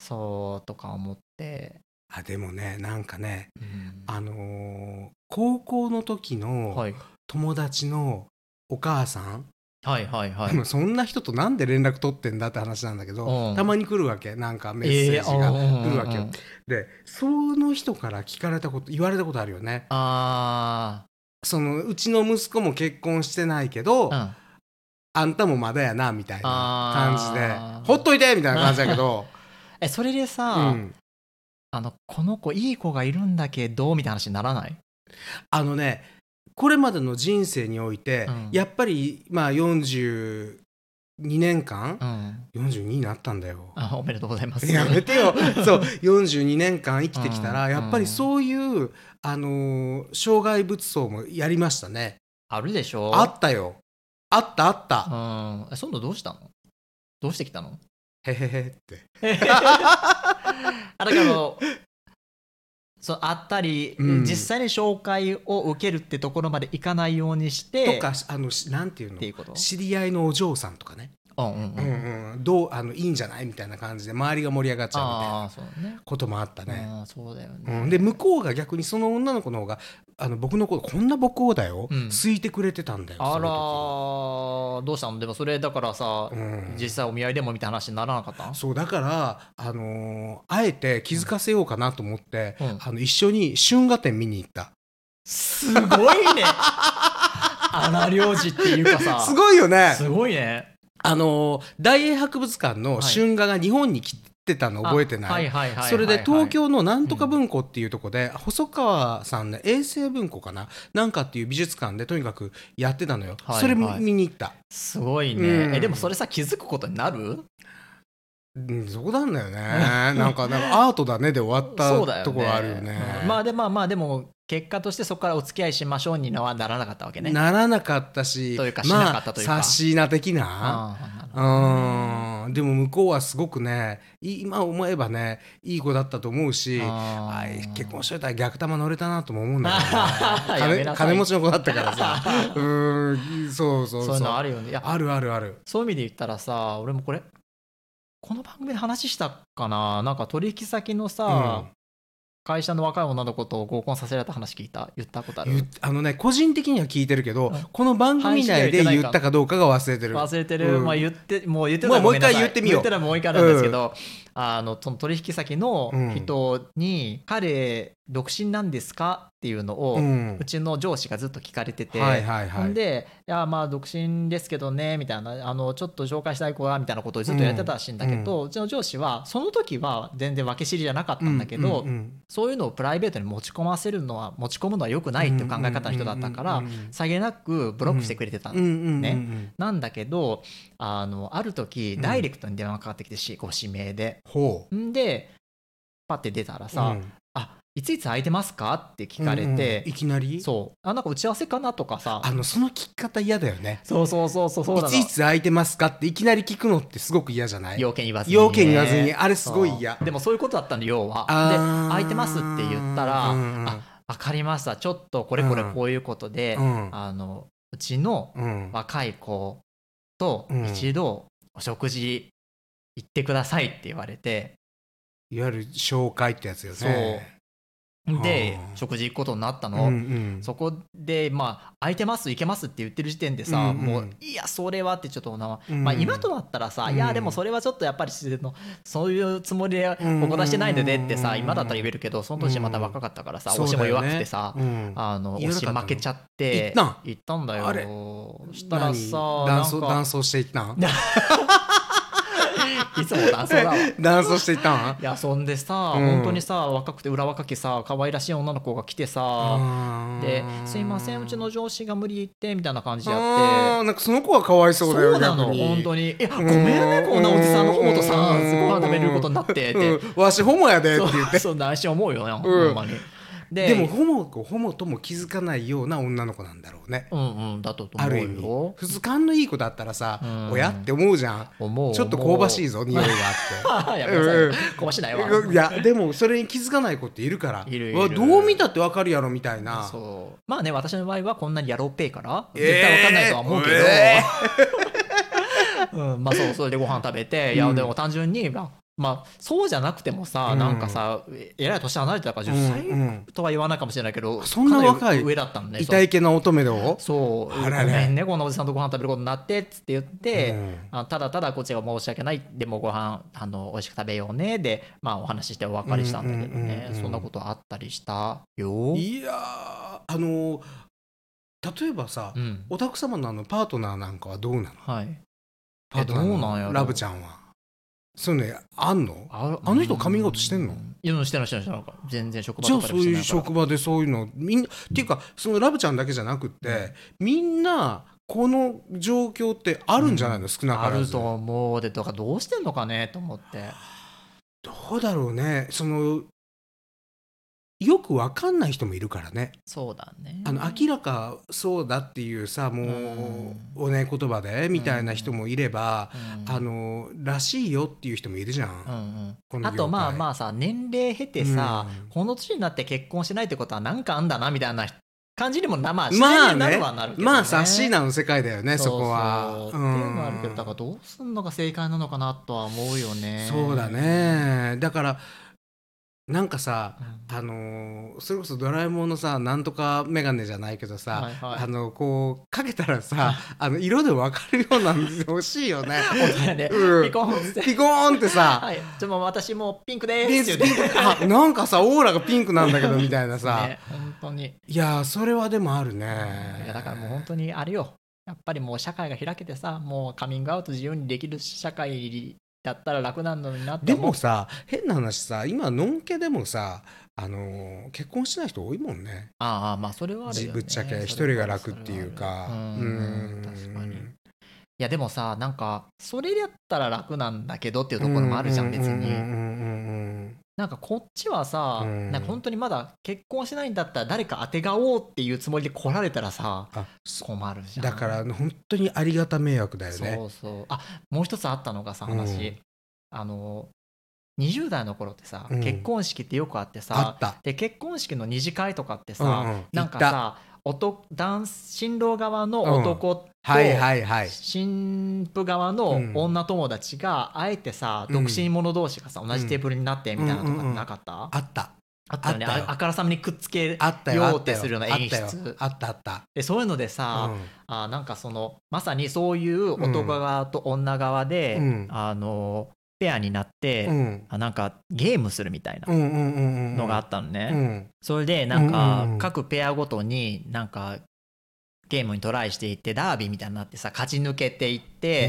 Speaker 2: そうとか思って、
Speaker 1: あでもねなんかね
Speaker 2: うん
Speaker 1: あのー高校の時の
Speaker 2: はい、
Speaker 1: 友達のお母さん、
Speaker 2: はいはいはい
Speaker 1: でもそんな人となんで連絡取ってんだって話なんだけど、
Speaker 2: うん
Speaker 1: たまに来るわけなんかメッセージが来るわけよ、
Speaker 2: えーうんうんうん
Speaker 1: でその人から聞かれたこと言われたことあるよね
Speaker 2: あ
Speaker 1: そのうちの息子も結婚してないけど、
Speaker 2: ー、うん、
Speaker 1: あんたもまだやなみたいな感じで
Speaker 2: あー
Speaker 1: ほっといてみたいな感じだけ ど、
Speaker 2: えそれで
Speaker 1: う
Speaker 2: さ、
Speaker 1: ん、
Speaker 2: あのこの子いい子がいるんだけどみたいな話にならない
Speaker 1: あのねこれまでの人生において、
Speaker 2: うん
Speaker 1: やっぱりまあ42年間
Speaker 2: う、ん
Speaker 1: 42になったんだよ。
Speaker 2: あおめでとうございま す
Speaker 1: やめて よそう42年間生きてきたら、
Speaker 2: うん
Speaker 1: やっぱりそういう、あのー障害物走もやりましたね
Speaker 2: あるでしょ
Speaker 1: あったよあったあった、
Speaker 2: うんえそんなどうしたのどうしてきたの
Speaker 1: へへへって
Speaker 2: あだからあのそうあったり、
Speaker 1: うん
Speaker 2: 実際に紹介を受けるってところまでいかないようにして
Speaker 1: とかあのしなんていう
Speaker 2: っ
Speaker 1: の
Speaker 2: ていうこと
Speaker 1: 知り合いのお嬢さんとかね、
Speaker 2: うんうん
Speaker 1: う
Speaker 2: うんん、
Speaker 1: うん、どうあのいいんじゃないみたいな感じで周りが盛り上がっちゃうみたいな
Speaker 2: ああそうね
Speaker 1: こともあったね、
Speaker 2: ああそうだよ
Speaker 1: う
Speaker 2: ね、
Speaker 1: ん、で向こうが逆にその女の子の方があの僕のことこんな母校だよ、
Speaker 2: うん
Speaker 1: 好いてくれてたんだよ
Speaker 2: あら
Speaker 1: その
Speaker 2: ーどうしたのでもそれだからさ、
Speaker 1: 時うん
Speaker 2: 実際お見合いでもみたいな話にならなかった
Speaker 1: そうだから、あのーあえて気づかせようかなと思って、
Speaker 2: うん
Speaker 1: あの一緒に春画展見に行った、
Speaker 2: すごい ね穴領事っていうかさ
Speaker 1: すごいよね
Speaker 2: すごいね
Speaker 1: あのー大英博物館の春画が日本に来てたの覚えてない,、
Speaker 2: あはいはいはいはいはい
Speaker 1: それで東京のなんとか文庫っていうとこで、細川さんの衛星文庫かななんかっていう美術館でとにかくやってたのよ、
Speaker 2: はいはい
Speaker 1: それ見に行った、
Speaker 2: すごいね、
Speaker 1: うん
Speaker 2: えでもそれさ気づくことになる
Speaker 1: うん、そこなんだよねなんかなんかアートだねで終わった
Speaker 2: そうだよね
Speaker 1: ところあるよね
Speaker 2: うんまあでまあまあでも結果としてそこからお付き合いしましょうにはならなかったわけね
Speaker 1: ならなかったし
Speaker 2: というかしなかったというか
Speaker 1: まあ、しな的な
Speaker 2: あ
Speaker 1: うーんでも向こうはすごくねい今思えばねいい子だったと思うしあ
Speaker 2: あ
Speaker 1: い結婚しといたら逆玉乗れたなとも思うん だけど、
Speaker 2: やめ
Speaker 1: ね、金
Speaker 2: なさい
Speaker 1: 金持ちの子だったからさうーんそうそうそ
Speaker 2: そ
Speaker 1: う
Speaker 2: いううのあ
Speaker 1: あ
Speaker 2: るよねいや
Speaker 1: るあるある
Speaker 2: そういう意味で言ったらさ俺もこれこの番組で話したかななんか取引先のさ、
Speaker 1: うん
Speaker 2: 会社の若い女の子と合コンさせられた話聞いた言ったことある
Speaker 1: ゆあのね個人的には聞いてるけど、
Speaker 2: うん
Speaker 1: この番組内で言ったかどうかが忘れてる
Speaker 2: 忘れてる、
Speaker 1: うん
Speaker 2: まあ言ってもう言ってた
Speaker 1: も
Speaker 2: ら
Speaker 1: う
Speaker 2: ごめんなさい
Speaker 1: もう一回言ってみよう
Speaker 2: 言ってたらもう一回なんですけど、あのその取引先の人に「彼独身なんですか?」っていうのを、
Speaker 1: う
Speaker 2: うんちの上司がずっと聞かれてて、
Speaker 1: はいはいは
Speaker 2: ほん
Speaker 1: い
Speaker 2: でやまあ独身ですけどねみたいなあのちょっと紹介したい子はみたいなことをずっとやってたらしいんだけど、うちの上司はその時は全然分け知りじゃなかったんだけど、
Speaker 1: うんうん
Speaker 2: そういうのをプライベートに持ち込ませるのは持ち込むのは良くないっていう考え方の人だったから、
Speaker 1: うんうんうんうん
Speaker 2: さりげなくブロックしてくれてた、
Speaker 1: うんうんうん
Speaker 2: ねなんだけどあのある時
Speaker 1: ん
Speaker 2: ダイレクトに電話がかかってきてし、ご指名で
Speaker 1: ほ
Speaker 2: んでパッて出たら
Speaker 1: う
Speaker 2: さ
Speaker 1: う
Speaker 2: 「
Speaker 1: ん
Speaker 2: あいついつ空いてますか?」って聞かれ
Speaker 1: うんうん
Speaker 2: て、
Speaker 1: いきなり
Speaker 2: そうあなんか打ち合わせかなとかさ
Speaker 1: あのその聞き方嫌だよね
Speaker 2: そうそうそうそうそうなの
Speaker 1: いちいち空いてますかっていきなり聞くのってすごく嫌じゃない
Speaker 2: 要件言わずにね
Speaker 1: 要件言わずにあれすごい嫌
Speaker 2: そうでもそういうことだったの要は
Speaker 1: あー
Speaker 2: で空いてますって言ったら、
Speaker 1: うんうん
Speaker 2: あ分かりましたちょっとこれこれこういうことで、
Speaker 1: うん
Speaker 2: あのうちの
Speaker 1: うん
Speaker 2: 若い子と
Speaker 1: うん
Speaker 2: 一度お食事行ってくださいって言われて、
Speaker 1: いわゆる紹介ってやつよねん
Speaker 2: で
Speaker 1: うん
Speaker 2: 食事行くことになったの、
Speaker 1: うんうん
Speaker 2: そこでまあ空いてます行けますって言ってる時点でさ、
Speaker 1: うんうん
Speaker 2: もういやそれはってちょっとな、
Speaker 1: うん
Speaker 2: まあ、今となったらさ、
Speaker 1: うん
Speaker 2: いやでもそれはちょっとやっぱり自然のそういうつもりでお答えしてないのでってさ、
Speaker 1: うん
Speaker 2: 今だったら言えるけどその時また若かったからさ、
Speaker 1: そ
Speaker 2: 推
Speaker 1: う
Speaker 2: し
Speaker 1: だ
Speaker 2: も
Speaker 1: よ
Speaker 2: 弱
Speaker 1: ね
Speaker 2: くてさ、
Speaker 1: うん
Speaker 2: あの
Speaker 1: 言
Speaker 2: 推
Speaker 1: わな
Speaker 2: し
Speaker 1: かったの
Speaker 2: 負けちゃって
Speaker 1: 行ったん
Speaker 2: 行ったんだよ
Speaker 1: あれ
Speaker 2: そしたらさ
Speaker 1: 何男
Speaker 2: なん
Speaker 1: 装
Speaker 2: か
Speaker 1: 男装していったん
Speaker 2: いつも男装 だわい
Speaker 1: 男装していったん
Speaker 2: やそんでさ、
Speaker 1: うん
Speaker 2: 本当にさ若くて裏若きさ可愛らしい女の子が来てさ、で「すいませんうちの上司が無理言って」みたいな感じでやって
Speaker 1: あーなんかその子がかわいそうだよ
Speaker 2: なの
Speaker 1: 逆に
Speaker 2: 本当に「いやご
Speaker 1: ん
Speaker 2: めんねこんなおじさんの方とさ
Speaker 1: うん
Speaker 2: ご飯食べれることになって」って
Speaker 1: うんわしホモやでって
Speaker 2: そう
Speaker 1: 言って
Speaker 2: そう内心思うよな、
Speaker 1: うん
Speaker 2: ほんまに
Speaker 1: でもホモホモとも気づかないような女の子なんだろうね
Speaker 2: うんうんだと思
Speaker 1: ある意
Speaker 2: う
Speaker 1: 味
Speaker 2: よ
Speaker 1: 図鑑のいい子だったらさ
Speaker 2: うん
Speaker 1: 親って思うじゃ
Speaker 2: 思
Speaker 1: ん
Speaker 2: う
Speaker 1: ちょっと香ばしい
Speaker 2: ぞ
Speaker 1: ぞ匂いがあっ
Speaker 2: やめなさいよ
Speaker 1: うん
Speaker 2: 壊しないわ
Speaker 1: ていやでもそれに気づかない子っているから
Speaker 2: いるいる
Speaker 1: うわどう見たってわかるやろみたいな
Speaker 2: そうまあね私の場合はこんなにやろうペイから
Speaker 1: えー
Speaker 2: 絶対わかんないとは思うけど、
Speaker 1: え
Speaker 2: うん、まあそうそれでご飯食べて、いや
Speaker 1: うん
Speaker 2: でも単純にまあまあそうじゃなくてもさ、
Speaker 1: うん
Speaker 2: なんかさええらい年離れてたから
Speaker 1: うん
Speaker 2: 10歳
Speaker 1: うん
Speaker 2: とは言わないかもしれないけど、
Speaker 1: そんな若い
Speaker 2: かなり上だったのね
Speaker 1: 痛い系な乙女だよ
Speaker 2: そうそう
Speaker 1: あらら
Speaker 2: ごめんねこんなおじさんとご飯食べることになってっつって言って、
Speaker 1: うん
Speaker 2: あただただこっちが申し訳ないでもご飯あの美味しく食べようねで、まあ、お話ししてお別れしたんだけど
Speaker 1: うんう
Speaker 2: ね、
Speaker 1: んうんうん
Speaker 2: そんなことあったりしたよ。
Speaker 1: いやーあのー例えばさ
Speaker 2: うん
Speaker 1: おたく様のあのパートナーなんかはどうなの
Speaker 2: はい、
Speaker 1: パートナ
Speaker 2: えどうなんや
Speaker 1: ー
Speaker 2: ろ
Speaker 1: のラブちゃんはそういうのあんの
Speaker 2: あ
Speaker 1: あの人カミングアウトしてんの
Speaker 2: うんいやしてないしてないしてないから全然職場
Speaker 1: じゃあ
Speaker 2: とか
Speaker 1: そ
Speaker 2: でも
Speaker 1: う
Speaker 2: して
Speaker 1: いう
Speaker 2: ないから
Speaker 1: 職場でそういうのみんなっていうかそのラブちゃんだけじゃなくってみんなこの状況ってあるんじゃないの、少なか
Speaker 2: あ
Speaker 1: ら
Speaker 2: る
Speaker 1: ず
Speaker 2: と思うでとかどうしてんのかねと思って
Speaker 1: どうだろうねそのよくわかんない人もいるからね、
Speaker 2: そうだね
Speaker 1: あの明らかそうだっていうさもう、おね言葉でみたいな人もいれば、
Speaker 2: うん
Speaker 1: あのらしいよっていう人もいるじゃん、
Speaker 2: うん
Speaker 1: こ
Speaker 2: うん、
Speaker 1: の
Speaker 2: あ
Speaker 1: 業界
Speaker 2: とまあまあさ年齢経てさ、
Speaker 1: うん
Speaker 2: この年になって結婚しないってことはなんかあんだなみたいな感じにもなまあ自
Speaker 1: まあ
Speaker 2: 然にな
Speaker 1: ね
Speaker 2: るはなるけど、ね
Speaker 1: まあさシーナの世界だよねそこ
Speaker 2: う
Speaker 1: は。
Speaker 2: そうっていうのはあるけどだからどうすんのが正解なのかなとは思うよね
Speaker 1: そうだねだからなんかさ
Speaker 2: う
Speaker 1: あのーそれこそ「ドラえもん」のさなんとかメガネじゃないけどさ、
Speaker 2: はいはい
Speaker 1: あのこうかけたらさあの色で分かるような水欲しいよ ね。
Speaker 2: そうだ ね
Speaker 1: うん
Speaker 2: 離婚して
Speaker 1: ピコーンってさ
Speaker 2: はいじゃあもう私もうピンクで
Speaker 1: ピン
Speaker 2: ーす
Speaker 1: ク
Speaker 2: って
Speaker 1: ピ
Speaker 2: 言
Speaker 1: ン
Speaker 2: っ
Speaker 1: ク
Speaker 2: て
Speaker 1: あなんかさオーラがピンクなんだけどみたいなさ、
Speaker 2: ね本当に
Speaker 1: いやーそれはでもあるね
Speaker 2: いやだからもう本当にあれよやっぱりもう社会が開けてさもうカミングアウト自由にできる社会だったら楽なのになって
Speaker 1: で
Speaker 2: 思う
Speaker 1: もさ変な話さ今のんけでもさあのー結婚しない人多いもんね
Speaker 2: ああまあそれはあるよ、
Speaker 1: じ
Speaker 2: ね、
Speaker 1: ぶっちゃ
Speaker 2: それ
Speaker 1: け
Speaker 2: は
Speaker 1: 一人が楽っていうか
Speaker 2: それはあるうん確かにいやでもさなんかそれだったら楽なんだけどっていうところもあるじゃん別
Speaker 1: うう
Speaker 2: に
Speaker 1: んうん
Speaker 2: なんかこっちはさ
Speaker 1: うん
Speaker 2: なんか本当にまだ結婚してないんだったら誰か当てがおうっていうつもりで来られたらさ
Speaker 1: あそ
Speaker 2: 困るじゃん
Speaker 1: だから本当にありがた迷惑だよ
Speaker 2: そ
Speaker 1: ね。
Speaker 2: うそうあもう一つあったのがさ話、
Speaker 1: うん
Speaker 2: あの20代の頃ってさ、
Speaker 1: うん
Speaker 2: 結婚式ってよくあって
Speaker 1: あ
Speaker 2: さ
Speaker 1: った。
Speaker 2: で結婚式の二次会とかってさ、
Speaker 1: うんうん
Speaker 2: なんかさ男男新郎側の男と、
Speaker 1: はいはいはい。
Speaker 2: 新婦側の女友達があえてさ、
Speaker 1: うん
Speaker 2: 独身者同士がさ同じテーブルになってみたいなとかってなかった、
Speaker 1: あった。
Speaker 2: あったよね
Speaker 1: あったよ
Speaker 2: ああからさまにくっつけ
Speaker 1: あったよ。あ
Speaker 2: よう
Speaker 1: っ
Speaker 2: ったて
Speaker 1: よ。
Speaker 2: するような
Speaker 1: あっ
Speaker 2: 演
Speaker 1: た
Speaker 2: 出
Speaker 1: よ。あったあった。
Speaker 2: でそういうのでさ、あーなんかそのまさにそういう男側と女側で、
Speaker 1: うん
Speaker 2: あのペアになって、
Speaker 1: うんうん
Speaker 2: あなんかゲームするみたいな
Speaker 1: うんうんうんうん。
Speaker 2: のがあったのね、
Speaker 1: うん
Speaker 2: それでなんか
Speaker 1: うん
Speaker 2: 各ペアごとになんかゲームにトライしていってダービーみたいになってさ勝ち抜けていって、
Speaker 1: へ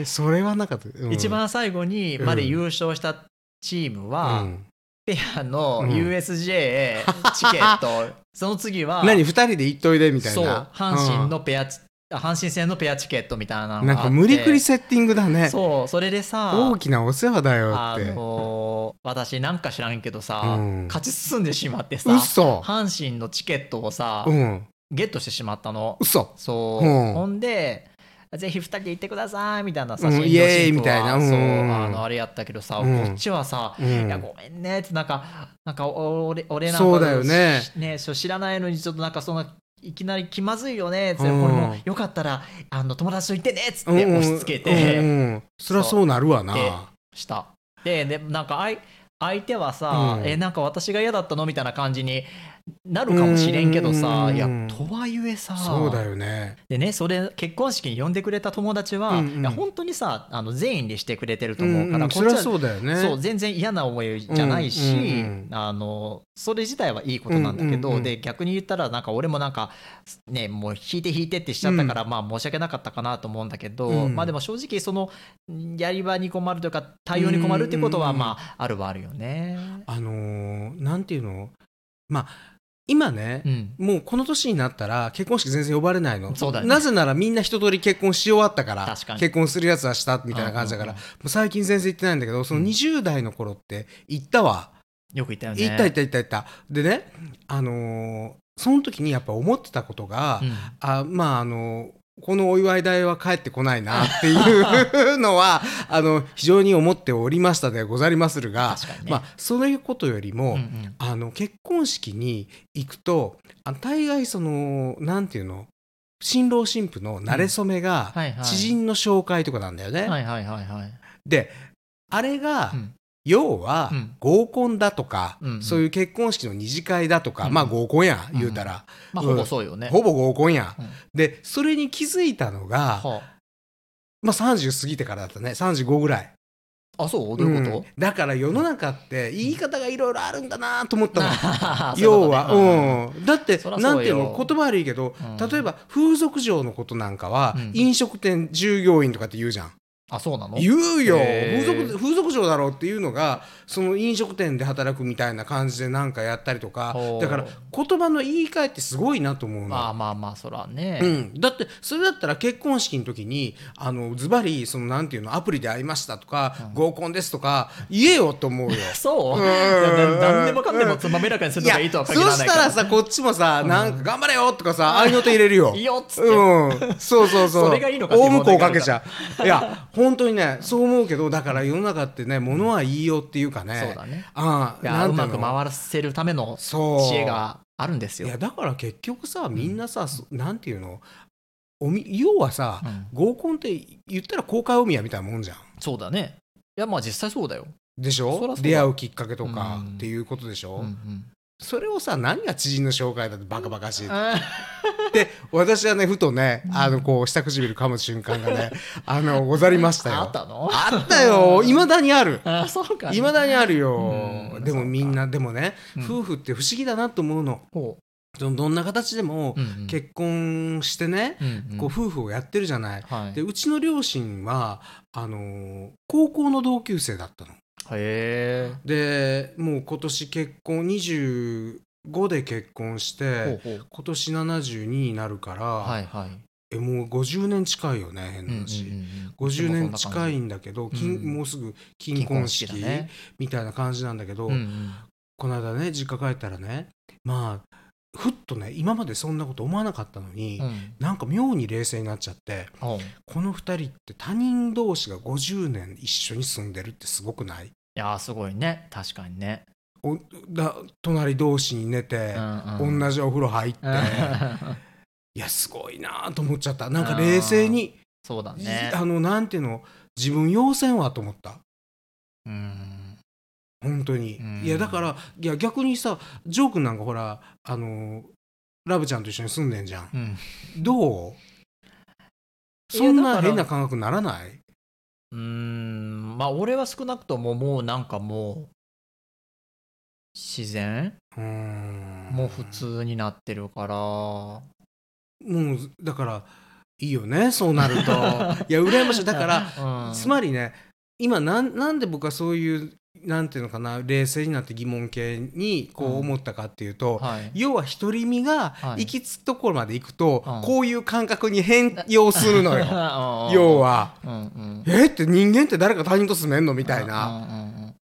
Speaker 1: えそれはなかった、うん
Speaker 2: 一番最後にまで優勝したチームは、
Speaker 1: うん
Speaker 2: ペアの
Speaker 1: うん
Speaker 2: USJ チケット、その次は
Speaker 1: 何二人で行っといでみたい
Speaker 2: そう
Speaker 1: な
Speaker 2: 阪神のペアチ、あ阪神戦のペアチケットみたいなのがあ
Speaker 1: う
Speaker 2: っ
Speaker 1: んな
Speaker 2: て
Speaker 1: んか無理くりセッティングだね
Speaker 2: そうそれでさ
Speaker 1: 大きなお世話だよ
Speaker 2: あ
Speaker 1: って
Speaker 2: のー私なんか知らんけどさ、
Speaker 1: うん
Speaker 2: 勝ち進んでしまってさ
Speaker 1: 嘘
Speaker 2: 阪神のチケットをさ、
Speaker 1: うん
Speaker 2: ゲットしてしまったの
Speaker 1: 嘘
Speaker 2: そう、
Speaker 1: うん
Speaker 2: ほんでぜひ2人で行ってくださいみたいなさ、
Speaker 1: うん
Speaker 2: 新郎
Speaker 1: イエーイ
Speaker 2: 新婦
Speaker 1: み
Speaker 2: は
Speaker 1: たいなうん
Speaker 2: そうあのあれやったけどさ、
Speaker 1: うん
Speaker 2: こっちはさ、
Speaker 1: う
Speaker 2: いや
Speaker 1: ん
Speaker 2: ごめんねってなんかなんかお俺俺なんか
Speaker 1: そうだよね
Speaker 2: しねそう知らないのにちょっとなんかそんないきなり気まずいよねって、
Speaker 1: うん
Speaker 2: これもよかったらあの友達と行ってねっつって
Speaker 1: うんうん
Speaker 2: 押し付けて、
Speaker 1: うんうんそりゃそうなるわな
Speaker 2: でしたででなんかあい相手はさ、
Speaker 1: うん
Speaker 2: えなんか私が嫌だったのみたいな感じになるかもしれんけどさ、
Speaker 1: うん
Speaker 2: いやとはいえさ
Speaker 1: そうだよね
Speaker 2: でねそれ結婚式に呼んでくれた友達は、
Speaker 1: うんうん
Speaker 2: いや本当にさあの善意にしてくれてると
Speaker 1: う
Speaker 2: 思うから、
Speaker 1: んうん
Speaker 2: こ
Speaker 1: そ
Speaker 2: っ
Speaker 1: り
Speaker 2: ち
Speaker 1: ゃ
Speaker 2: は
Speaker 1: そうだよね
Speaker 2: そう全然嫌な思いじゃないし、
Speaker 1: うんうんうん
Speaker 2: あのそれ自体はいいことなんだけど、
Speaker 1: うんうんうん
Speaker 2: で逆に言ったらなんか俺もなんかねもう引いて引いてってしちゃったから、まあ申し訳なかったかなと思うんだけど、
Speaker 1: うん
Speaker 2: まあでも正直そのやり場に困るというか対応に困るってことは
Speaker 1: うんうんうん
Speaker 2: まああるはあるよね。
Speaker 1: あのーなんていうのまあ今ね
Speaker 2: うん、
Speaker 1: もうこの年になったら結婚式全然呼ばれないの
Speaker 2: そうだよね
Speaker 1: なぜならみんな一通り結婚し終わったから
Speaker 2: 確かに
Speaker 1: 結婚するやつはしたみたいな感じだから、
Speaker 2: うんうん
Speaker 1: もう最近全然行ってないんだけどその
Speaker 2: うん
Speaker 1: 20代の頃って行ったわ、
Speaker 2: よく言ったよね。
Speaker 1: 行った行った行った行ったでねあのーその時にやっぱ思ってたことが、
Speaker 2: うん
Speaker 1: あまああのこのお祝い代は返ってこないなっていうのは あの非常に思っておりましたでござりまするが、
Speaker 2: 確かにね。
Speaker 1: まあそういうことよりも、
Speaker 2: うんうん
Speaker 1: あの結婚式に行くとあ大概そのなんていうの新郎新婦の馴れ初めが
Speaker 2: はいはい
Speaker 1: 知人の紹介とかなんだよね。
Speaker 2: はいはいはいはい。
Speaker 1: であれが、
Speaker 2: うん
Speaker 1: 要は、
Speaker 2: うん
Speaker 1: 合コンだとか、
Speaker 2: うんうん
Speaker 1: そういう結婚式の二次会だとか、
Speaker 2: うんうん
Speaker 1: まあ合コンやん言うたら、
Speaker 2: まあほぼそうよね。
Speaker 1: ほぼ合コンやん、
Speaker 2: うん
Speaker 1: でそれに気づいたのが、
Speaker 2: は
Speaker 1: まあ、30過ぎてからだったね35ぐらい
Speaker 2: ああそうどういうこ
Speaker 1: ん
Speaker 2: と、
Speaker 1: だから世の中って言い方がいろいろあるんだなと思ったの
Speaker 2: そういうことね
Speaker 1: 要は、うん、だって
Speaker 2: そらそうよ
Speaker 1: なんていうの言葉悪いけど、
Speaker 2: うん
Speaker 1: 例えば風俗嬢のことなんかは、
Speaker 2: うん
Speaker 1: 飲食店従業員とかって言うじゃん
Speaker 2: あそうなの
Speaker 1: 言うよ
Speaker 2: へ
Speaker 1: 風
Speaker 2: ー
Speaker 1: 俗風俗嬢だろうっていうのがその飲食店で働くみたいな感じでなんかやったりとか
Speaker 2: ほう
Speaker 1: だから言葉の言い換えってすごいなと思うの。
Speaker 2: まあまあまあそらね、
Speaker 1: うん、だってそれだったら結婚式の時にあのズバリそのなんていうのアプリで会いましたとか、
Speaker 2: うん
Speaker 1: 合コンですとか言えよと 思うよ。
Speaker 2: そう
Speaker 1: うん
Speaker 2: いやな何でもかんでもつまめらかにす
Speaker 1: い
Speaker 2: るの
Speaker 1: や
Speaker 2: がいいとは
Speaker 1: そ
Speaker 2: 限らない
Speaker 1: した
Speaker 2: から
Speaker 1: らさこっちもさ、なんか頑張れよとかさ愛の手入れるよ。
Speaker 2: いいよっつって、
Speaker 1: うん、そうそうそう
Speaker 2: それがいいのかって
Speaker 1: 大
Speaker 2: 問
Speaker 1: 向こ
Speaker 2: 題
Speaker 1: う
Speaker 2: があ
Speaker 1: かけ
Speaker 2: るか
Speaker 1: ち
Speaker 2: ら
Speaker 1: ゃういや本当にねそう思うけどだから世の中ってねものは言いようっていうかね
Speaker 2: そうだね
Speaker 1: ああ
Speaker 2: いやうまく回らせるための知
Speaker 1: そう
Speaker 2: 恵があるんです
Speaker 1: い
Speaker 2: よ
Speaker 1: やだから結局さみんなさ、そなんていうのおみ要はさ、
Speaker 2: うん
Speaker 1: 合コンって言ったら公開お宮みたいなもんじゃん
Speaker 2: そうだねいやまあ実際そうだよ、
Speaker 1: でし
Speaker 2: そら
Speaker 1: ょ
Speaker 2: そうだ
Speaker 1: 出会うきっかけとか
Speaker 2: うん
Speaker 1: っていうことでしょ、
Speaker 2: うんうん
Speaker 1: それをさ何が知人の紹介だってバカバカしい
Speaker 2: あ
Speaker 1: で私はねふとねあのこう下唇噛む瞬間が ねあのござりましたよ
Speaker 2: あったの
Speaker 1: あったよいまだにある
Speaker 2: あそうか
Speaker 1: いまだにある
Speaker 2: う
Speaker 1: よ
Speaker 2: ん
Speaker 1: でもみんなでもね、
Speaker 2: うん
Speaker 1: 夫婦って不思議だなと思うの
Speaker 2: ほ
Speaker 1: どどんな形でも
Speaker 2: う、うんうん
Speaker 1: 結婚してね、
Speaker 2: うんうん
Speaker 1: こう夫婦をやってるじゃない、
Speaker 2: はい
Speaker 1: で
Speaker 2: へ
Speaker 1: うちの両親はあのー高校の同級生だったの。
Speaker 2: え
Speaker 1: でもう今年結婚25で結婚し
Speaker 2: ほう
Speaker 1: て
Speaker 2: ほう
Speaker 1: 今年72になるから、
Speaker 2: はいはい
Speaker 1: えもう50年近いよね変な話。50年近いんだけど、
Speaker 2: じ
Speaker 1: 金
Speaker 2: うん
Speaker 1: もうすぐ金婚式
Speaker 2: 金婚式だね
Speaker 1: みたいな感じなんだけど、
Speaker 2: うんうん
Speaker 1: この間ね実家帰ったらねまあふっとね今までそんなこと思わなかったのに、
Speaker 2: うん
Speaker 1: なんか妙に冷静になっちゃって
Speaker 2: ほうい
Speaker 1: この2人って他人同士が50年一緒に住んでるってすごくない
Speaker 2: やすごいね確かにね、
Speaker 1: おだ隣同士に寝て、
Speaker 2: うんうん
Speaker 1: 同じお風呂入って、
Speaker 2: うん
Speaker 1: いやすごいなと思っちゃったなんか冷静に、
Speaker 2: そうだ
Speaker 1: い
Speaker 2: ね
Speaker 1: あのなんていうの自分要せんわと思った
Speaker 2: うん
Speaker 1: 本当に、
Speaker 2: うん
Speaker 1: いやだからいや逆にさジョー君なんかほらあのラブちゃんと一緒に住んでんじゃん
Speaker 2: うん
Speaker 1: どう
Speaker 2: いや
Speaker 1: そん
Speaker 2: だか
Speaker 1: な
Speaker 2: ら
Speaker 1: 変な感覚ならないう
Speaker 2: ーんまあ俺は少なくとももうなんかもう自然
Speaker 1: うーん
Speaker 2: もう普通になってるから
Speaker 1: もうだからいいよねそうなると いや羨ましいだから
Speaker 2: ら
Speaker 1: つまりね今なんなんで僕はそういうなんていうのかな冷静になって疑問形にこう思ったかっていうと、
Speaker 2: はい、
Speaker 1: 要は独り身が
Speaker 2: はい
Speaker 1: 行き着くところまで行くと、
Speaker 2: うん
Speaker 1: こういう感覚に変容するの よ要は
Speaker 2: は、うんうん、
Speaker 1: えって人間って誰か他人と住めんのみたいな
Speaker 2: うんうんうんうん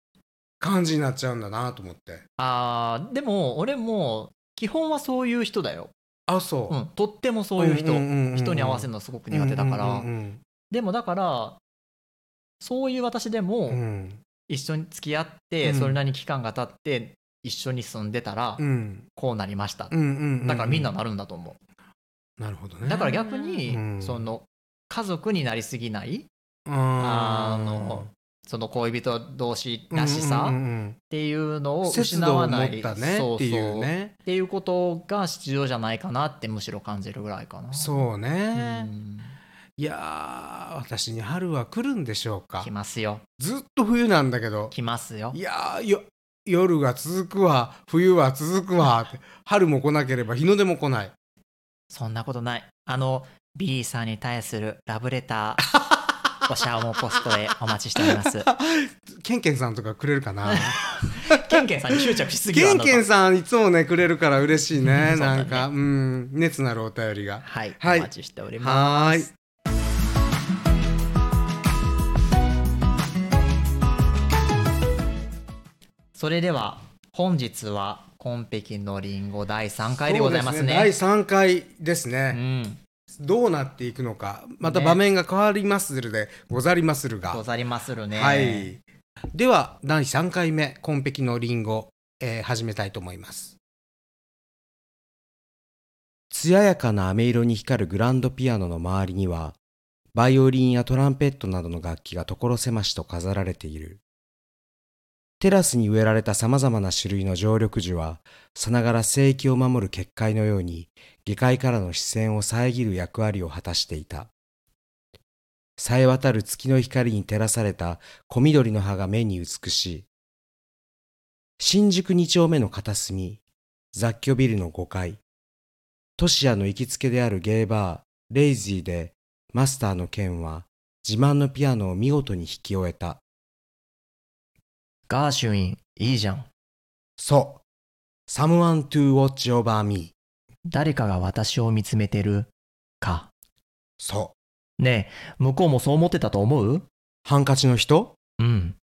Speaker 1: 感じになっちゃうんだなと思って
Speaker 2: あーでも俺も基本はそういう人だよ、
Speaker 1: あそう、
Speaker 2: うん、とってもそういう人、人に合わせる
Speaker 1: の
Speaker 2: のすごく苦手だから、
Speaker 1: うん
Speaker 2: でもだからそういう私で
Speaker 1: うんうん
Speaker 2: も一緒に付き合って、
Speaker 1: うん
Speaker 2: それなりに期間が経って一緒に住んでたら
Speaker 1: うんうん
Speaker 2: こうなりました、
Speaker 1: うんうんう
Speaker 2: だからみんななるんだと思
Speaker 1: なるほど
Speaker 2: う、
Speaker 1: ね
Speaker 2: だから逆に、
Speaker 1: うん
Speaker 2: その家族になりすぎない
Speaker 1: あ
Speaker 2: あのその恋人同士らしさ、
Speaker 1: うんうん
Speaker 2: っていうの
Speaker 1: うん
Speaker 2: を
Speaker 1: 節
Speaker 2: 失
Speaker 1: 度
Speaker 2: わ
Speaker 1: を持
Speaker 2: ない
Speaker 1: ったね
Speaker 2: そ
Speaker 1: っていうね
Speaker 2: そうっていうことが必要じゃないかなってむしろ感じるぐらいかな
Speaker 1: そう
Speaker 2: う
Speaker 1: ね、
Speaker 2: ん
Speaker 1: いやー私に春は来るんでしょうか
Speaker 2: 来ますよ
Speaker 1: ずっと冬なんだけど
Speaker 2: 来ますよ
Speaker 1: いやーよ夜が続くわ冬は続くわって春も来なければ日の出も来ない
Speaker 2: そんなことないあのビリーさんに対するラブレタ ーおしゃおもポストでお待ちしております
Speaker 1: ケンケンさんとかくれるか な
Speaker 2: ケンケンさんに執着しすぎ
Speaker 1: ケ
Speaker 2: は
Speaker 1: ンケンさんいつもねくれるから嬉しいね
Speaker 2: そうだね
Speaker 1: なんかうん熱なるお便りが
Speaker 2: はい、
Speaker 1: はい
Speaker 2: お待ちしております
Speaker 1: はーい
Speaker 2: それでは本日は「コンペキのりんご」第3回でございますね
Speaker 1: そうです第3回ですね、
Speaker 2: うん
Speaker 1: どうなっていくのかまた
Speaker 2: ね
Speaker 1: 場面が変わりまするでござりまするが
Speaker 2: ござりまするね
Speaker 1: はいでは第3回目「紺碧のりんご」えー始めたいと思います艶やかな飴色に光るグランドピアノの周りにはバイオリンやトランペットなどの楽器が所狭しと飾られているテラスに植えられたさまざまな種類の常緑樹はさながら生気を守る結界のように下界からの視線を遮る役割を果たしていたさえ渡る月の光に照らされた小緑の葉が目に美しい。新宿二丁目の片隅、雑居ビルの5階。トシヤの行きつけであるゲーバー、レイジーで、マスターの剣は自慢のピアノを見事に弾き終えた。
Speaker 2: ガーシュインいいじゃん
Speaker 1: そう。Someone to watch over me.
Speaker 2: 誰かが私を見つめてるか。
Speaker 1: そ
Speaker 2: ねえ、向こうもそう思ってたと思う
Speaker 1: う。ハンカチの人
Speaker 2: うん。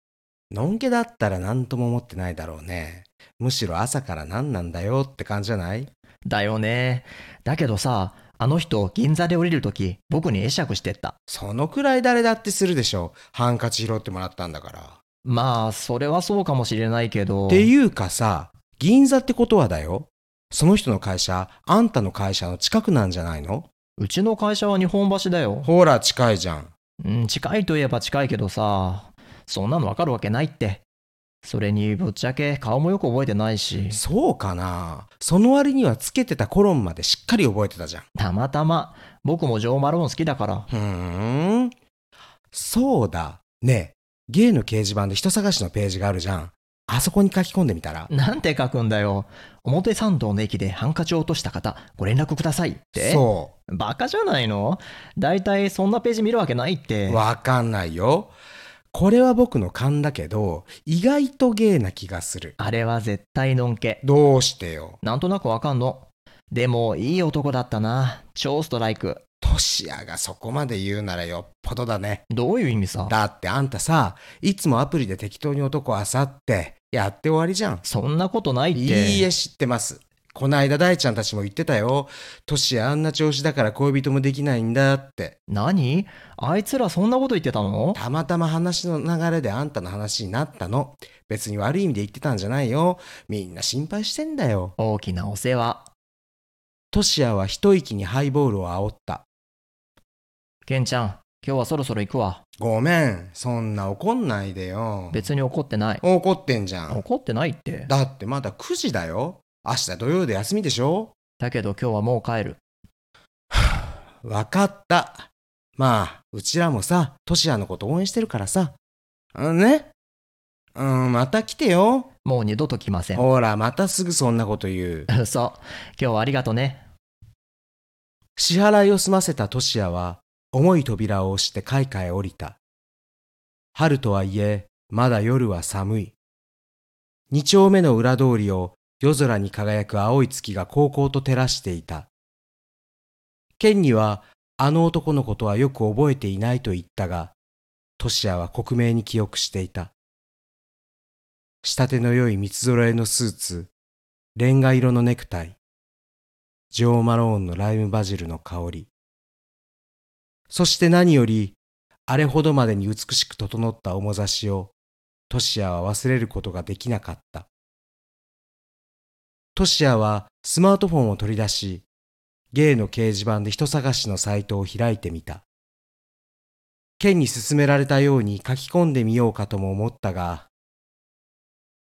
Speaker 1: のんけだったら何とも思ってないだろうね。むしろ朝から何なんだよって感じじゃない
Speaker 2: だよね。だけどさ、あの人、銀座で降りるとき、僕に会釈してった。
Speaker 1: そのくらい誰だってするでしょう。ハンカチ拾ってもらったんだから。
Speaker 2: まあ、それはそうかもしれないけど。
Speaker 1: って
Speaker 2: う。
Speaker 1: いうかさ、銀座ってことはだよ。その人の会社、あんたの会社の近くなんじゃないの
Speaker 2: ちの会社は日本橋だよ。
Speaker 1: ほら、近いじゃん。
Speaker 2: うん、近いといえば近いけどさ、そんなのわかるわけないって。それに、ぶっちゃけ顔もよく覚えてないし、
Speaker 1: そうかな。その割にはつけてたコロンまでしっかり覚えてたじゃん。
Speaker 2: たまたま、僕もジョー・マローン好きだから。
Speaker 1: ふーん。そうだ。ねえ、ゲイの掲示板で人探しのページがあるじゃん。あそこに書き込んでみたら。
Speaker 2: なんて書くんだよ。表参道の駅でハンカチを落とした方、ご連絡くださいって。
Speaker 1: そう。
Speaker 2: バカじゃないのだいたいそんなページ見るわけないって。
Speaker 1: わかんないよ。これは僕の勘だけど、意外とゲイな気がする。
Speaker 2: あれは絶対のんけ。
Speaker 1: どうしてよ。
Speaker 2: なんとなくわかんの。でも、いい男だったな。超ストライク。
Speaker 1: トシヤがそこまで言うならよっぽどだね。
Speaker 2: どういう意味さ
Speaker 1: だってあんたさ、いつもアプリで適当に男あさって、やって終わりじゃん。
Speaker 2: そんなことないって。
Speaker 1: いいえ、知ってます。こないだ大ちゃんたちも言ってたよ。トシヤあんな調子だから恋人もできないんだって。
Speaker 2: 何あいつらそんなこと言ってたの
Speaker 1: たまたま話の流れであんたの話になったの。別に悪い意味で言ってたんじゃないよ。みんな心配してんだよ。
Speaker 2: 大きなお世話。
Speaker 1: トシヤは一息にハイボールを煽った。
Speaker 2: ケンちゃん、今日はそろそろ行くわ。
Speaker 1: ごめん、そんな怒んないでよ。
Speaker 2: 別に怒ってない。
Speaker 1: 怒ってんじゃん。
Speaker 2: 怒ってないって。
Speaker 1: だってまだ9時だよ。明日土曜で休みでしょ
Speaker 2: だけど今日はもう帰る。
Speaker 1: わかった。まあ、うちらもさ、トシヤのこと応援してるからさ。うんねうん、また来てよ。
Speaker 2: もう二度と来ません。
Speaker 1: ほら、またすぐそんなこと言う。
Speaker 2: そう。今日はありがとね。
Speaker 1: 支払いを済ませたトシヤは、重い扉を押して階下へ降りた。春とはいえ、まだ夜は寒い。二丁目の裏通りを夜空に輝く青い月が高々と照らしていた。ケンには、あの男のことはよく覚えていないと言ったが、トシヤは克明に記憶していた。仕立ての良い三つ揃えのスーツ、レンガ色のネクタイ、ジョー・マローンのライムバジルの香り。そして何より、あれほどまでに美しく整った面差しを、トシヤは忘れることができなかった。トシヤはスマートフォンを取り出し、ゲイの掲示板で人探しのサイトを開いてみた。ケンに勧められたように書き込んでみようかとも思ったが、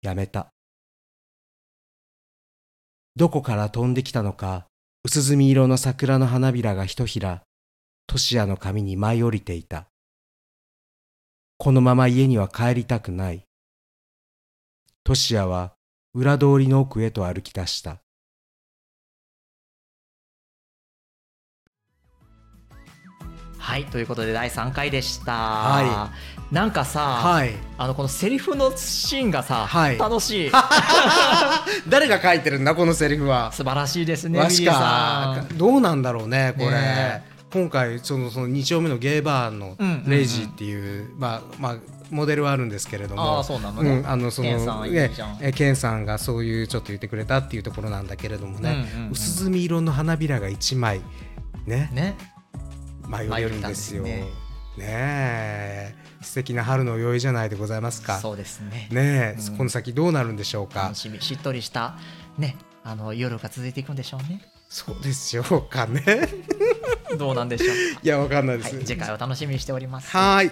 Speaker 1: やめた。どこから飛んできたのか、薄墨色の桜の花びらがひとひら、トシヤの髪に舞い降りていた。このまま家には帰りたくない。トシヤは裏通りの奥へと歩き出した。
Speaker 2: はいということで第3回でした、
Speaker 1: は
Speaker 2: なんかさ、
Speaker 1: い。
Speaker 2: あのこのセリフのシーンがさ、
Speaker 1: はい
Speaker 2: 楽しい
Speaker 1: 誰が書いてるんだ、このセリフは。
Speaker 2: 素晴らしいですね
Speaker 1: わ
Speaker 2: ビ
Speaker 1: し
Speaker 2: リーさ
Speaker 1: か
Speaker 2: ん、
Speaker 1: どうなんだろうね、これ
Speaker 2: ね。
Speaker 1: 今回、その、その2丁目のゲイバーの
Speaker 2: うんうんうん
Speaker 1: レイジーっていう、まあ、まあ、モデルはあるんですけれど
Speaker 2: あ
Speaker 1: も
Speaker 2: あ。そうなのね、
Speaker 1: うん、あのそ
Speaker 2: ケンさん
Speaker 1: の
Speaker 2: はいいじゃん
Speaker 1: ねえケンさんがそういうちょっと言ってくれたっていうところなんだけれどもね、
Speaker 2: うんうんうん
Speaker 1: 薄墨色の花びらが一枚ね
Speaker 2: ね
Speaker 1: 舞い降りるんですよ。
Speaker 2: 舞い降り
Speaker 1: ね
Speaker 2: たんで
Speaker 1: え素敵な春の宵じゃないでございますか。
Speaker 2: そうですね
Speaker 1: ねえ、
Speaker 2: うん
Speaker 1: この先どうなるんでしょうか
Speaker 2: 楽。しみしっとりしたねあの夜が続いていくんでしょう ね
Speaker 1: そうでしょうかね。
Speaker 2: どうなんでしょう
Speaker 1: いやわかんないで
Speaker 2: は
Speaker 1: す。
Speaker 2: い次回を楽しみにしております
Speaker 1: はーい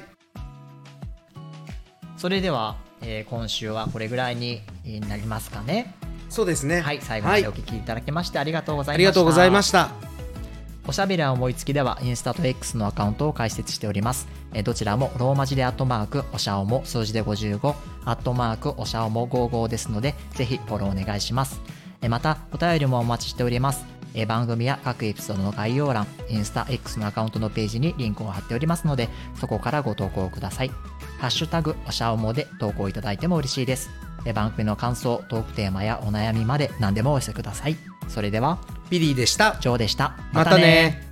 Speaker 2: それでは、えー今週はこれぐらいにえーなりますかね
Speaker 1: そうですね。
Speaker 2: はい最後までお
Speaker 1: はい
Speaker 2: 聞きいただきましてありがとうございました、
Speaker 1: ありがとうございました。
Speaker 2: おしゃべりは思いつきではインスタと X のアカウントを開設しております。えーどちらもローマ字でアットマークおしゃおも数字で55アットマークおしゃおも55ですのでぜひフォローお願いします。えーまたお便りもお待ちしております。えー番組や各エピソードの概要欄、インスタ X のアカウントのページにリンクを貼っておりますのでそこからご投稿ください。ハッシュタグおしゃおもで投稿いただいても嬉しいです。えー番組の感想、トークテーマやお悩みまで何でもお寄せください。それでは、
Speaker 1: ビリーでした。
Speaker 2: ジョーでした。
Speaker 1: またね